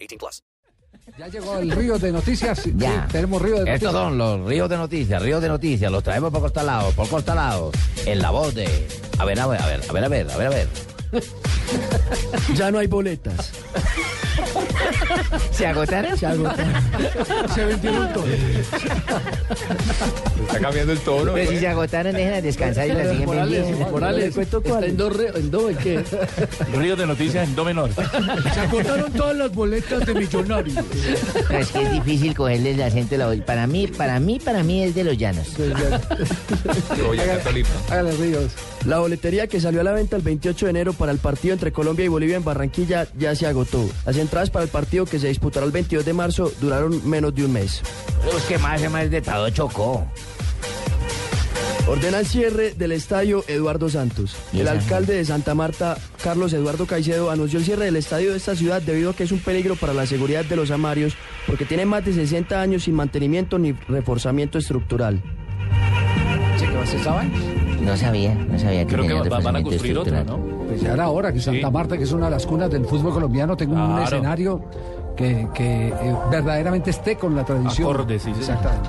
18 plus. Ya llegó el río de noticias. Sí, Ya. sí, tenemos río de noticias. Estos son los ríos de noticias, ríos de noticias. Los traemos por costalado, por costalado. En la voz de. A ver, a ver, a ver, a ver, a ver, a ver. A ver. Ya no hay boletas. ¿Se agotaron? Se agotaron. Se vendieron todas. Pero si se agotaron, dejen a descansar y la siguen Morales, vendiendo. Morales. Está en dos, re- en dos, ¿en qué? Ríos de noticias en do menor. Se agotaron todas las boletas de millonarios. No, es que es difícil cogerle el acento a la voz. Para mí, para mí, para mí es de los llanos. Hágale ríos. La boletería que salió a la venta el 28 de enero para el partido entre Colombia y Bolivia en Barranquilla ya se agotó. Las entradas para el partido que se disputará el 22 de marzo duraron menos de un mes. Los que más se más de Tado chocó. Ordena el cierre del estadio Eduardo Santos. ¿Y El esa? alcalde de Santa Marta, Carlos Eduardo Caicedo, anunció el cierre del estadio de esta ciudad debido a que es un peligro para la seguridad de los amarios porque tiene más de 60 años sin mantenimiento ni reforzamiento estructural. No sabía, no sabía que Creo que tenía va- van a reforzamiento construir otra, estructural. ¿no? Pues ya era hora que Santa Sí. Marta, que es una de las cunas del fútbol colombiano, tenga un Claro. escenario que, que, eh, verdaderamente esté con la tradición. Acorde, sí, sí. Exactamente.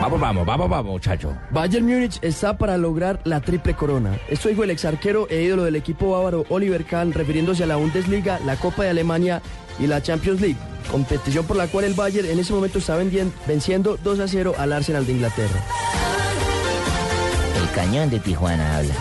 Vamos, vamos, vamos, vamos, muchacho. Bayern Múnich está para lograr la triple corona. Esto dijo el exarquero e ídolo del equipo bávaro Oliver Kahn refiriéndose a la Bundesliga, la Copa de Alemania y la Champions League, competición por la cual el Bayern en ese momento está vendien- venciendo 2 a 0 al Arsenal de Inglaterra. El cañón de Tijuana habla.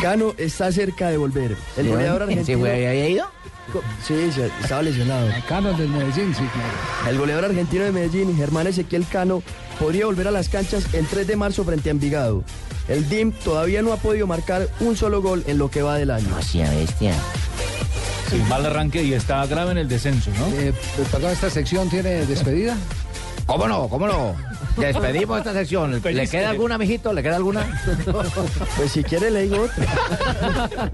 Cano está cerca de volver. El goleador ¿Ese argentino güey había ido? Co- Sí, se- estaba lesionado. Cano del Medellín, sí, claro. El goleador argentino de Medellín, Germán Ezequiel Cano, podría volver a las canchas el 3 de marzo frente a Envigado. El DIM todavía no ha podido marcar un solo gol en lo que va del año. No, sí, bestia. Sin mal arranque y está grave en el descenso, ¿no? Eh, perdón, ¿esta sección tiene despedida? ¿Cómo no? ¿Cómo no? Despedimos esta sección. ¿Le queda alguna, mijito? ¿Le queda alguna? Pues si quiere le digo otra.